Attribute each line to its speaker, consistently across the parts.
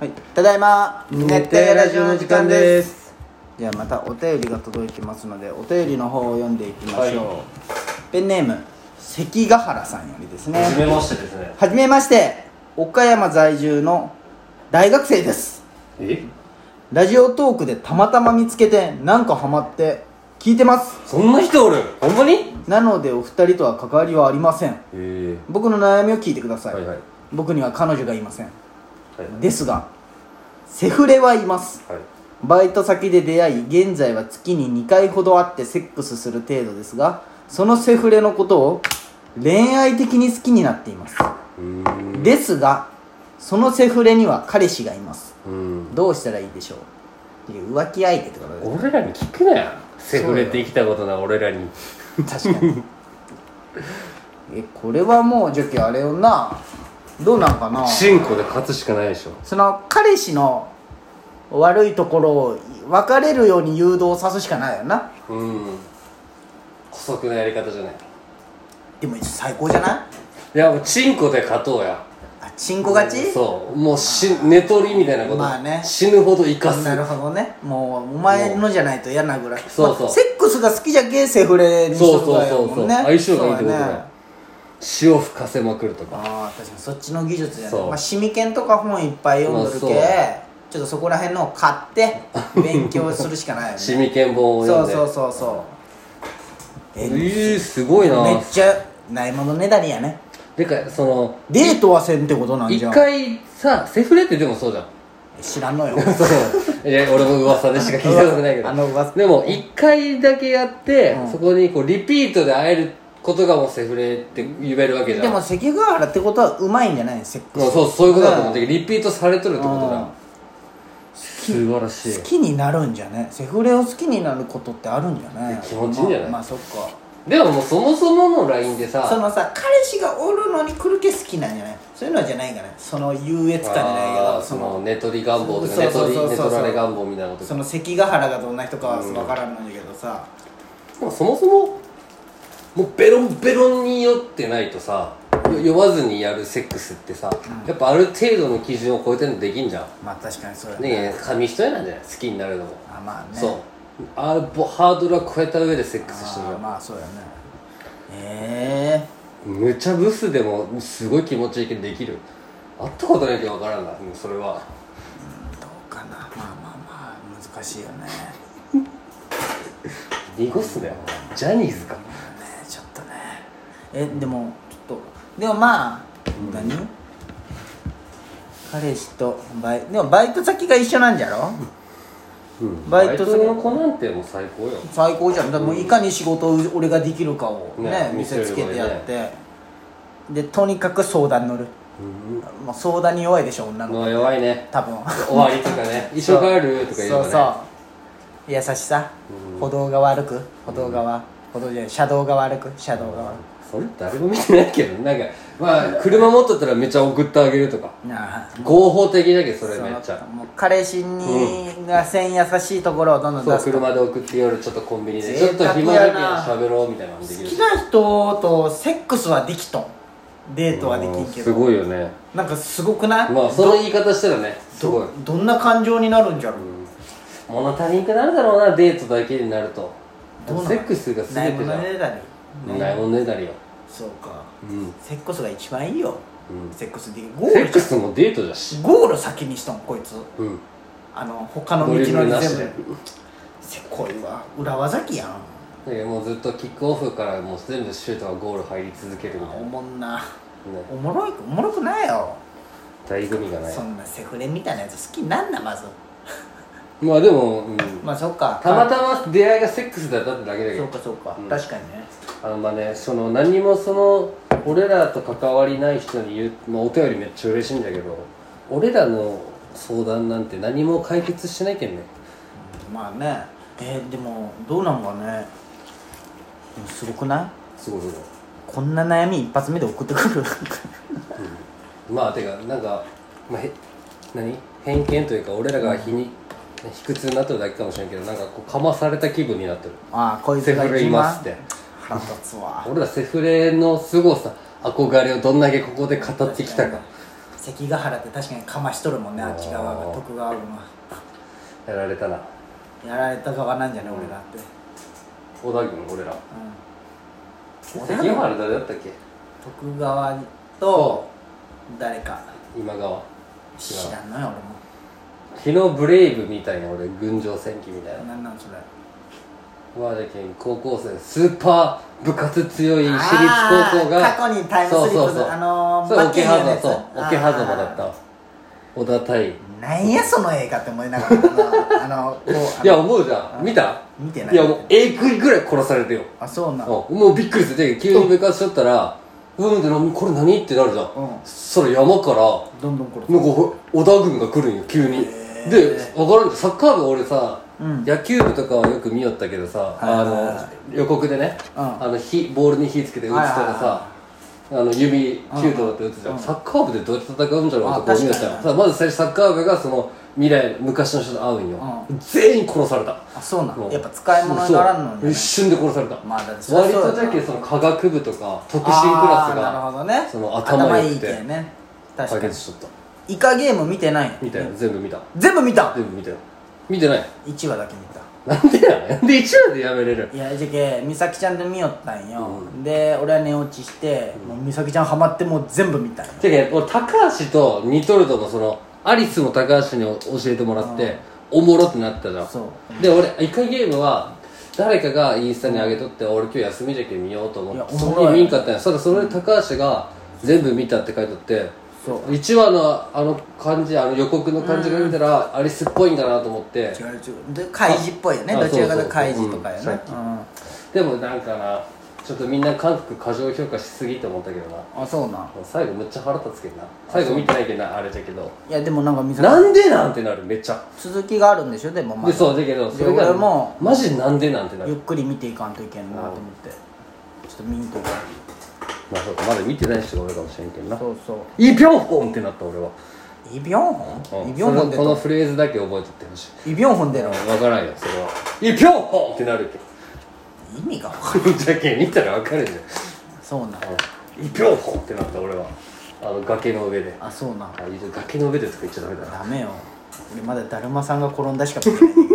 Speaker 1: はい、ただいま
Speaker 2: 熱帯ラジオの時間です
Speaker 1: じゃあまたお便りが届いてますのでお便りの方を読んでいきましょう、
Speaker 2: は
Speaker 1: ペンネーム関ヶ原さんよりですね
Speaker 2: 初めましてですね
Speaker 1: はじめまして岡山在住の大学生です
Speaker 2: え
Speaker 1: ラジオトークでたまたま見つけてなんかハマって聞いてます
Speaker 2: そんな人おるほんまにへ
Speaker 1: なのでお二人とは関わりはありません
Speaker 2: え
Speaker 1: 僕の悩みを聞いてください、
Speaker 2: はいはい
Speaker 1: 僕には彼女がいません
Speaker 2: はい
Speaker 1: ですがセフレはいます
Speaker 2: はい
Speaker 1: バイト先で出会い現在は月に2回ほど会ってセックスする程度ですがそのセフレのことを恋愛的に好きになっています
Speaker 2: うーん
Speaker 1: ですがそのセフレには彼氏がいます
Speaker 2: うん
Speaker 1: どうしたらいいでしょうっていう浮気相手ってことで
Speaker 2: 俺らに聞くなよセフレてきたことな俺らに
Speaker 1: す確かに えこれはもうじゃけあれよなどうなんかな
Speaker 2: チンコで勝つしかないでしょ
Speaker 1: その彼氏の悪いところを別れるように誘導さすしかないよな
Speaker 2: うん姑息なやり方じゃない
Speaker 1: でも最高じゃない
Speaker 2: いやもうチンコで勝とうや
Speaker 1: あチンコ勝ち
Speaker 2: そうもうし寝取りみたいなこと、
Speaker 1: まあね
Speaker 2: 死ぬほど生かす
Speaker 1: なるほどねもうお前のじゃないと嫌なぐらい
Speaker 2: そうそう
Speaker 1: まあセックスが好きじゃけセフレにす
Speaker 2: そ
Speaker 1: る
Speaker 2: う
Speaker 1: ぐ
Speaker 2: そう
Speaker 1: らいだ
Speaker 2: そう
Speaker 1: も
Speaker 2: そ
Speaker 1: ん
Speaker 2: う
Speaker 1: ね
Speaker 2: 相性がいいってこ
Speaker 1: そ
Speaker 2: と
Speaker 1: う
Speaker 2: だ
Speaker 1: だ
Speaker 2: よ
Speaker 1: ね
Speaker 2: 潮吹かせまくるとか
Speaker 1: ああ確かにそっちの技術やね
Speaker 2: そう
Speaker 1: まあシミケンとか本いっぱい読んどるけ、
Speaker 2: まあ
Speaker 1: ちょっとそこら辺のを買 って勉強するしかないよね
Speaker 2: シミケン本
Speaker 1: そ
Speaker 2: を読ん
Speaker 1: う
Speaker 2: で
Speaker 1: そうそうそうえ
Speaker 2: えー、すごいな
Speaker 1: めっちゃないものねだりやね
Speaker 2: でかその
Speaker 1: デートはせんってことなんじ
Speaker 2: 一
Speaker 1: ゃん
Speaker 2: 回さセフレってでもそうじゃん
Speaker 1: 知らんのよ
Speaker 2: そういや俺も噂でしか聞いたことないけど
Speaker 1: あの噂
Speaker 2: でも一回だけやって、
Speaker 1: ん
Speaker 2: そこにこうリピートで会えることがもうセフレって言えるわけじゃん
Speaker 1: でも関ヶ原ってことはうまいんじゃないセックス
Speaker 2: もうそうそういうことだと思ってリピートされとるってこと
Speaker 1: うん
Speaker 2: だ素晴らしい
Speaker 1: 好きになるんじゃねセフレを好きになることってあるんじゃね
Speaker 2: 気持ちいいんじゃない
Speaker 1: まあ、まあそっか
Speaker 2: でももうそもそもの LINE で
Speaker 1: そ
Speaker 2: さ
Speaker 1: のさ彼氏がおるのに来るけ好きなんじゃないそういうのじゃないかねその優越感じゃないけ
Speaker 2: あ
Speaker 1: ど
Speaker 2: ー
Speaker 1: そ
Speaker 2: その
Speaker 1: の
Speaker 2: 寝取り願望とか
Speaker 1: そう
Speaker 2: 寝
Speaker 1: そう
Speaker 2: 取
Speaker 1: そうそう
Speaker 2: り寝取られ願望みたいなこと
Speaker 1: その関ヶ原がどんな人かは分からんのだけどさ、
Speaker 2: でもそもそももうベロンベロンに酔ってないとさよ酔わずにやるセックスってさ、やっぱある程度の基準を超えてるのできんじゃん
Speaker 1: まあ確かにそうやね
Speaker 2: ねえ紙一重なんじゃない好きになるのも、
Speaker 1: あまあね
Speaker 2: そうあぼハードルは超えた上でセックスしてる
Speaker 1: あ
Speaker 2: じ
Speaker 1: ーまあそうやねえ
Speaker 2: むちゃブスでもすごい気持ちいいけどできる会ったことないけどわからんなもうそれは
Speaker 1: えどうかなまあまあまあ難しいよねね
Speaker 2: 濁すなよジャニーズか
Speaker 1: えちょっとねえでもちょっとでもまあ、何彼氏とバイでもバイト先が一緒なんじゃろ
Speaker 2: うん
Speaker 1: バイ
Speaker 2: バイ
Speaker 1: ト
Speaker 2: ト
Speaker 1: する
Speaker 2: の子なんてもう最高よ
Speaker 1: 最高じゃんだからもういかに仕事を俺ができるかをね
Speaker 2: ね
Speaker 1: 見せつけてやって、でとにかく相談乗る、もう相談に弱いでしょ女の子
Speaker 2: の弱いね
Speaker 1: 多分
Speaker 2: 終わりとかね一緒帰るとか言う
Speaker 1: そ
Speaker 2: の
Speaker 1: う
Speaker 2: ね
Speaker 1: そう優しさ歩道が悪く歩道側、歩道じゃない車道が悪く車道が悪
Speaker 2: それ誰も見てないけどなんかまあ車持っとったらめっちゃ送ってあげるとか
Speaker 1: くなあ
Speaker 2: 合法的だけどそれめっち
Speaker 1: そ
Speaker 2: ゃ
Speaker 1: うもう彼氏にがせん優しいところをどんどん
Speaker 2: そ
Speaker 1: 出
Speaker 2: う
Speaker 1: すと
Speaker 2: 車で送って夜ちょっとコンビニでちょ
Speaker 1: 贅
Speaker 2: っと
Speaker 1: 沢
Speaker 2: 暇
Speaker 1: や
Speaker 2: だ
Speaker 1: な
Speaker 2: けど喋ろうみたいなのもでき
Speaker 1: 好
Speaker 2: る
Speaker 1: きな人とセックスはできとんデートはできんけ
Speaker 2: す
Speaker 1: ど
Speaker 2: ごいよね
Speaker 1: なんかすごくない、
Speaker 2: まあその言い方したらねすごい
Speaker 1: どんな感情になるんじゃろう、
Speaker 2: 物足りんくなるだろうなデートだけになると
Speaker 1: どうなの
Speaker 2: セックスが全てじ
Speaker 1: な
Speaker 2: ゃ
Speaker 1: いものねだり
Speaker 2: んないもんねだりよ
Speaker 1: そうか、
Speaker 2: うん
Speaker 1: セックスが一番いいよ、
Speaker 2: うん
Speaker 1: セックスでゴー
Speaker 2: セ
Speaker 1: ル
Speaker 2: ッ
Speaker 1: じ
Speaker 2: ク
Speaker 1: ゃ
Speaker 2: スもデートだし
Speaker 1: んゴール先にしとんこいつ
Speaker 2: うん
Speaker 1: あの他の道の
Speaker 2: ド
Speaker 1: り
Speaker 2: リブ
Speaker 1: 全
Speaker 2: ル
Speaker 1: 部
Speaker 2: なしで
Speaker 1: せこいわ裏技きやん
Speaker 2: だけどもうずっとキックオフからもう全部シュートがゴール入り続けるみたい
Speaker 1: お
Speaker 2: なね
Speaker 1: もんなおもろいおもろくないよ
Speaker 2: 醍醐味がない
Speaker 1: そんなセフレみたいなやつ好きになんなまず
Speaker 2: まあでも、うん、
Speaker 1: まあそっか
Speaker 2: たまたま出会いがセックスだったってだけだけ
Speaker 1: そう
Speaker 2: ど
Speaker 1: かそうか、
Speaker 2: うん
Speaker 1: 確かにね
Speaker 2: あのまあねその何もその俺らと関わりない人に言う、まあ、お便りめっちゃ嬉しいんだけど俺らの相談なんて何も解決してないけんね
Speaker 1: まあねえーでもどうなんかねでもすごくない
Speaker 2: すごいすごい
Speaker 1: こんな悩み一発目で送ってく る
Speaker 2: まあてかなんか、まあ、へ何偏見というか俺らが日に卑屈になってるだけかもしれんけどなんかこうかまされた気分になってる
Speaker 1: ああこいつ
Speaker 2: セ
Speaker 1: が
Speaker 2: フレ
Speaker 1: 一
Speaker 2: います
Speaker 1: 番
Speaker 2: って
Speaker 1: 腹立つわ
Speaker 2: 俺らセフレの凄さ憧れをどんだけここで語ってきたか
Speaker 1: 関ヶ原って確かにかましとるもんねあっち側が徳川軍は
Speaker 2: やられたな
Speaker 1: やられた側なんじゃね俺らって、
Speaker 2: 小田軍俺ら
Speaker 1: う
Speaker 2: 関ヶ原誰だったっけ
Speaker 1: ん、徳川と誰か
Speaker 2: 今川
Speaker 1: 知らんのよ俺
Speaker 2: 昨日ブレイブみたいな俺群青戦記みたい
Speaker 1: もな
Speaker 2: な
Speaker 1: んなんそれ
Speaker 2: まあだけん高校生スーパー部活強い私立高校が
Speaker 1: あー過去にタイムスリップする
Speaker 2: そうそうそう
Speaker 1: あのー
Speaker 2: そう
Speaker 1: バッキ
Speaker 2: 桶
Speaker 1: ーのや
Speaker 2: 狭
Speaker 1: つ
Speaker 2: そう桶狭間だったわ小田対い
Speaker 1: なんやその映画って思いながらあのこうあの
Speaker 2: や思うじゃん見た
Speaker 1: 見てない
Speaker 2: いやもうえぐいぐらい殺されてよ
Speaker 1: あそうな
Speaker 2: うんもうびっくりするで急に部活しとったら「うん」ってなこれ何ってなるじゃん、
Speaker 1: うん
Speaker 2: それ山から
Speaker 1: どんどん殺す
Speaker 2: なんかほ織田軍が来るんよ急にで分からんけどサッカー部俺さ、
Speaker 1: うん
Speaker 2: 野球部とかはよく見よったけどさ、
Speaker 1: いはいはい
Speaker 2: あの予告でね、
Speaker 1: うん
Speaker 2: あの火ボールに火つけて打つから
Speaker 1: はいはいは
Speaker 2: さあの指キュートだって打つじゃん、
Speaker 1: うん
Speaker 2: サッカー部でどうやって戦うんじゃろう
Speaker 1: あ
Speaker 2: とこう見よった
Speaker 1: 確
Speaker 2: ら
Speaker 1: か
Speaker 2: さまず最初サッカー部がその未来昔の人と会うんよ、
Speaker 1: う
Speaker 2: 全員殺された
Speaker 1: あそうな
Speaker 2: うん
Speaker 1: んやっぱ使い物にならんの
Speaker 2: そう
Speaker 1: に
Speaker 2: 一瞬で殺された、
Speaker 1: まあだってそりゃ
Speaker 2: 割
Speaker 1: そう
Speaker 2: と
Speaker 1: だ
Speaker 2: だけその科学部とか特進クラ
Speaker 1: あ
Speaker 2: ス
Speaker 1: ーなるほ
Speaker 2: が
Speaker 1: どね
Speaker 2: その頭良
Speaker 1: い
Speaker 2: く
Speaker 1: い
Speaker 2: て
Speaker 1: 系ね確
Speaker 2: 解
Speaker 1: かに
Speaker 2: 決しとった
Speaker 1: イカゲーム見てない
Speaker 2: みたいな全部見た
Speaker 1: 全部見た
Speaker 2: 全部見たよ見てない
Speaker 1: 1話だけ見た
Speaker 2: なんでやねんで一話でやめれる
Speaker 1: いやじゃけ美咲ちゃんで見よったんよ、
Speaker 2: う
Speaker 1: で俺は寝落ちして、もう美咲ちゃんハマってもう全部見たんよ
Speaker 2: てか俺高橋とニトルトのそのアリスも高橋に教えてもらっておもろってなったじゃん
Speaker 1: そう
Speaker 2: で俺一回ゲームは誰かがインスタに上げとって、俺今日休みじゃけん見ようと思って
Speaker 1: いや
Speaker 2: そ
Speaker 1: おもろい
Speaker 2: こに見んかったんやそれそれで高橋が全部見たって書いとって
Speaker 1: そう
Speaker 2: 1話のあの感じあの予告の感じが見たらアリスっぽいんかなと思って
Speaker 1: 違う違うで怪獣っぽいよね
Speaker 2: あ
Speaker 1: どちらかという
Speaker 2: そうそうそ
Speaker 1: と
Speaker 2: う
Speaker 1: 怪獣とかよね
Speaker 2: うんさっきでもなんかなちょっとみんな韓国過剰評価しすぎと思ったけどな
Speaker 1: うんあそうなん
Speaker 2: 最後めっちゃ腹立つけどな最後見てないけどなあれじゃけど
Speaker 1: いやでもなんか美咲ちゃ
Speaker 2: なんんでなんてなるめっちゃ
Speaker 1: 続きがあるんでしょでもま
Speaker 2: で
Speaker 1: だ
Speaker 2: そうだけどそれ
Speaker 1: いや
Speaker 2: が
Speaker 1: 俺も
Speaker 2: マジなんでなんてな
Speaker 1: ゆっ
Speaker 2: る
Speaker 1: くり見ていかんといけんなと思ってちょっと見んといかん
Speaker 2: まあそうかまだ見てない人が多いかもしれんけどな
Speaker 1: そうそう
Speaker 2: イ・ビョンホンってなった俺は、
Speaker 1: イ・ビョンホ
Speaker 2: う
Speaker 1: ン
Speaker 2: ん
Speaker 1: イ・ビョンホン
Speaker 2: そ
Speaker 1: 出
Speaker 2: れこの
Speaker 1: ろ
Speaker 2: フレーズだけ覚えてってほしい
Speaker 1: イ・ビョンホン出ろ
Speaker 2: 分からんよそれはイ・ビョンホンってなるけ
Speaker 1: 意味がわかん
Speaker 2: どじゃけん見たら分かるじゃん
Speaker 1: そうなん
Speaker 2: イ・ビョンホンってなった俺はあの崖の上であ
Speaker 1: あそうなん
Speaker 2: いいじゃん崖の上でとか言っちゃダメだな
Speaker 1: ダメよ俺まだだるまさんが転んだしか見てないんだけど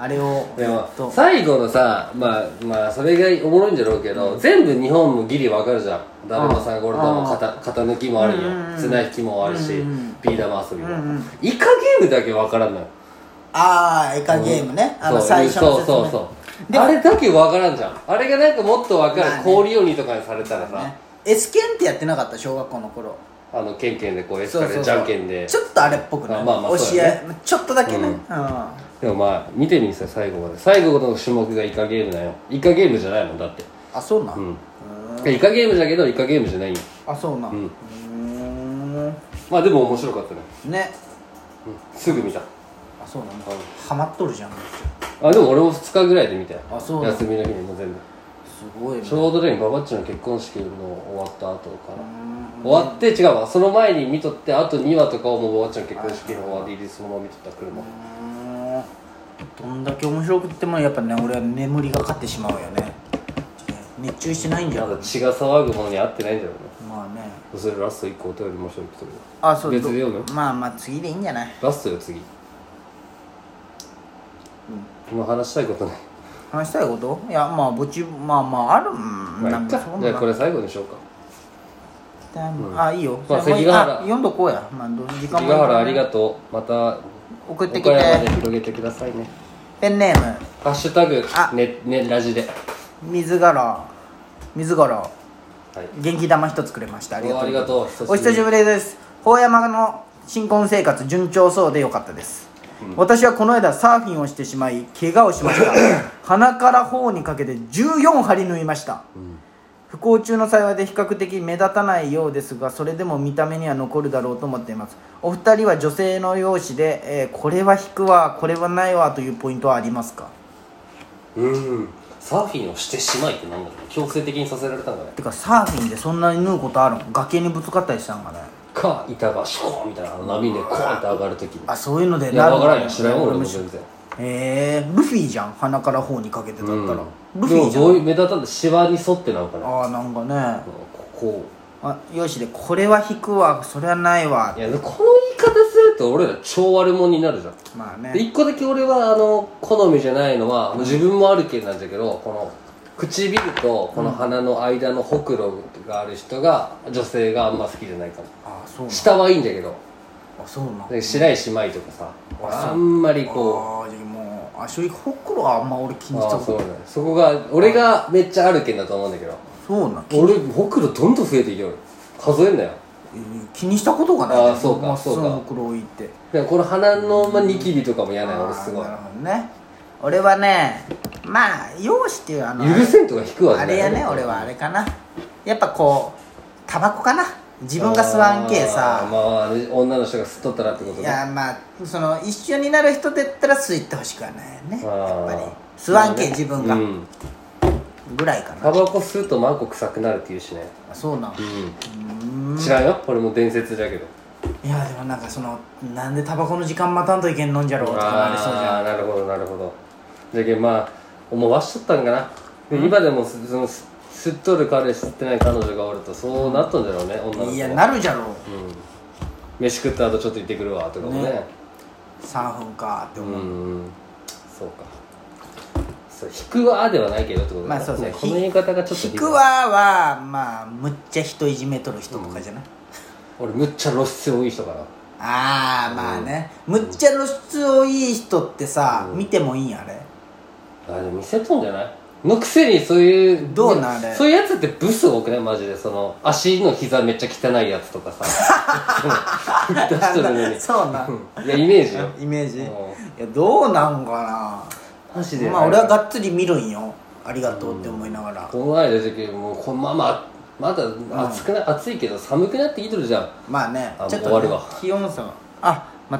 Speaker 1: あれを
Speaker 2: で
Speaker 1: や
Speaker 2: も
Speaker 1: っと
Speaker 2: 最後のさまあまあそれがおもろいんじゃろうけど、全部日本もギリわかるじゃんだるまさんがゴルタも肩肩抜きもあるよ、綱引きもあるし、ビー玉遊びも、イカゲームだけわからんのよ
Speaker 1: ああ絵かゲームね、あの
Speaker 2: そう
Speaker 1: 最初の説明
Speaker 2: そうそうそうあれだけわからんじゃんあれがなんかもっとわかる、氷鬼とかにされたらさ、
Speaker 1: ね S 剣ってやってなかった小学校の頃
Speaker 2: あのケンケンでこうエス
Speaker 1: そう
Speaker 2: カ
Speaker 1: そうそう
Speaker 2: レじゃんけんで
Speaker 1: ちょっとあれっぽくない、
Speaker 2: あまあまあ
Speaker 1: 押
Speaker 2: そう
Speaker 1: し
Speaker 2: だ
Speaker 1: 合
Speaker 2: ね
Speaker 1: い、ちょっとだけね、
Speaker 2: う
Speaker 1: う
Speaker 2: ん
Speaker 1: ん
Speaker 2: でもまあ見てみさ最後まで最後の種目がイカゲームだよイカゲームじゃないもんだって
Speaker 1: あそうなん、
Speaker 2: うんイカゲームだけどイカゲームじゃないよ
Speaker 1: あそうなん
Speaker 2: ん
Speaker 1: うーん
Speaker 2: まあでも面白かったね
Speaker 1: ね
Speaker 2: すぐ見た
Speaker 1: あそうなんだハマっとるじゃん
Speaker 2: あでも俺も2日ぐらいで見たよ
Speaker 1: あそうなの
Speaker 2: 休みの日にも全部
Speaker 1: すごいね
Speaker 2: ちょうどねババッチの結婚式の終わった後かな終わって違うわその前に見とってあと2話とかをもうババッチの結婚式の終わりでそのまま見とった車
Speaker 1: うーんどんだけ面白くってもやっぱね俺は眠りが勝ってしまうよね熱中してないんじゃ
Speaker 2: まだ
Speaker 1: ん
Speaker 2: 血が騒ぐものに合ってないんだろう
Speaker 1: まあね
Speaker 2: なそれラスト1個お便りもしようけど
Speaker 1: あそう
Speaker 2: 別で読む
Speaker 1: まあまあ次でいいんじゃない
Speaker 2: ラストよ次今話したいことね
Speaker 1: 話したいこといやまあぼちまあまああるうん
Speaker 2: まあ
Speaker 1: ないん
Speaker 2: っか
Speaker 1: かそん
Speaker 2: じ
Speaker 1: な
Speaker 2: ゃあこれ最後にしようか
Speaker 1: あいいよ、
Speaker 2: まあ
Speaker 1: それもいい
Speaker 2: 関ヶ原
Speaker 1: あ読んどこうや、まあ、どう時間
Speaker 2: 関
Speaker 1: も
Speaker 2: ヶ原ありが
Speaker 1: と
Speaker 2: とうまた
Speaker 1: う送ってき
Speaker 2: 岡山で
Speaker 1: て
Speaker 2: 広げてくださいね
Speaker 1: ペンネーム
Speaker 2: ハッシュタグ
Speaker 1: あ
Speaker 2: ねねラジで
Speaker 1: 水柄水柄
Speaker 2: はい
Speaker 1: 元気玉一つくれましたありがとう
Speaker 2: おありがとう久しぶり
Speaker 1: お久しぶりです法山の新婚生活順調そうでよかったです、私はこの間サーフィンをしてしまい怪我をしま した鼻から頬にかけて14針縫いました、不幸中の幸いで比較的目立たないようですがそれでも見た目には残るだろうと思っていますお二人は女性の容姿で、えーこれは引くわこれはないわというポイントはありますか
Speaker 2: うんサーフィンをしてしまいってなんだろう強制的にさせられたんだね
Speaker 1: てかサーフィンでそんなに縫うことあるん崖にぶつかったりしたんかね
Speaker 2: か板がシュコーンみたいなあの波でコーンって上がるときに
Speaker 1: あそういうので
Speaker 2: いや
Speaker 1: る
Speaker 2: 分
Speaker 1: の
Speaker 2: からんよ知らんよ俺
Speaker 1: 俺
Speaker 2: も
Speaker 1: も知らん
Speaker 2: 全然
Speaker 1: へえルフィじゃん鼻から頬にかけてだったら、
Speaker 2: うん
Speaker 1: ル
Speaker 2: で
Speaker 1: フ
Speaker 2: も
Speaker 1: ィじゃ
Speaker 2: どうい
Speaker 1: ん
Speaker 2: う目立たんでシワに沿ってなんかね
Speaker 1: ああなんかね
Speaker 2: ここ
Speaker 1: あよしでこれは引くわそれはないわ
Speaker 2: いやこの言い方すると俺ら超悪者になるじゃん
Speaker 1: まあね
Speaker 2: で一個だけ俺はあの好みじゃないのは、もう自分もあるけんなんだけどこの唇とこの鼻の間のほくろがある人が女性があんま好きじゃないかも
Speaker 1: あそうなん
Speaker 2: 下はいいんだけど
Speaker 1: あそうなん
Speaker 2: で白石麻衣とかさ
Speaker 1: あそう
Speaker 2: あんまりこ
Speaker 1: ああじゃあもうあ正直ほくろはあんま俺気
Speaker 2: う
Speaker 1: に
Speaker 2: あ
Speaker 1: した
Speaker 2: あ
Speaker 1: こ
Speaker 2: そう
Speaker 1: と
Speaker 2: だねそこが俺がめっちゃあるけんだと思うんだけど
Speaker 1: そうなん、
Speaker 2: 俺ほくろどんどん増えていけよ数えんだよ
Speaker 1: えー気にしたことがない
Speaker 2: あーそうか
Speaker 1: まっすぐ
Speaker 2: そうか
Speaker 1: ほくろをいって
Speaker 2: でこの鼻の、まあ、ニキビとかも嫌なよ俺すごい
Speaker 1: あーなるほどね俺はねまあ容姿っていうあの
Speaker 2: 許せんとか引くわけ
Speaker 1: あれやね俺はあれかなやっぱこうタバコかな自分が吸わんけさ
Speaker 2: あーまあ女の人が吸っとったらってこと
Speaker 1: い
Speaker 2: ね
Speaker 1: やまあその一緒になる人だったら吸いってほしくはないよね
Speaker 2: あー
Speaker 1: やっぱり吸わんけ自分が、
Speaker 2: うん
Speaker 1: ぐらいかな
Speaker 2: タバコ吸うとマンコ臭くなるって言うしね
Speaker 1: あそうなん
Speaker 2: う
Speaker 1: うん
Speaker 2: ん知らんよこれも伝説だけど
Speaker 1: いやでもなんかそのなんでタバコの時間待たんといけんのんじゃろうとかなりそうじ
Speaker 2: あ
Speaker 1: ゃ
Speaker 2: あなるほどなるほどじゃけんまあ思わしとったんかなで今でもすそのす吸っとる彼吸ってない彼女がおるとそうなっとんじゃろうね女の子
Speaker 1: ん
Speaker 2: も
Speaker 1: いやなるじゃろう
Speaker 2: うん飯食った後ちょっと行ってくるわとかもね
Speaker 1: ね3分かって
Speaker 2: う
Speaker 1: 思う、
Speaker 2: んそうかそう引くわではないけどってこと
Speaker 1: ま
Speaker 2: だ
Speaker 1: あそうそう
Speaker 2: ねこの言い方がちょっと
Speaker 1: 引くわはまあむっちゃ人いじめとる人とかじゃない、
Speaker 2: 俺むっちゃ露出多い人かな
Speaker 1: ああまあね、むっちゃ露出多い人ってさ、見てもいいんやあれ
Speaker 2: あでも見せとんじゃないのくせにそういう
Speaker 1: どうなんあれ
Speaker 2: そういうやつってブス多くないマジでその足の膝めっちゃ汚いやつとかさその出しとるの に
Speaker 1: そうな
Speaker 2: うんいやイメージよ
Speaker 1: イメージ、
Speaker 2: うん
Speaker 1: いやどうなんか
Speaker 2: マジで
Speaker 1: なまあ俺はがっつり見るんよありがとうって思いながら、
Speaker 2: この前の時期もうこのまままだ暑くな、暑いけど寒くなってきてるじゃん
Speaker 1: まあね
Speaker 2: あもう
Speaker 1: ちょっ
Speaker 2: 終わ
Speaker 1: とね、
Speaker 2: るわ
Speaker 1: 気温差はあ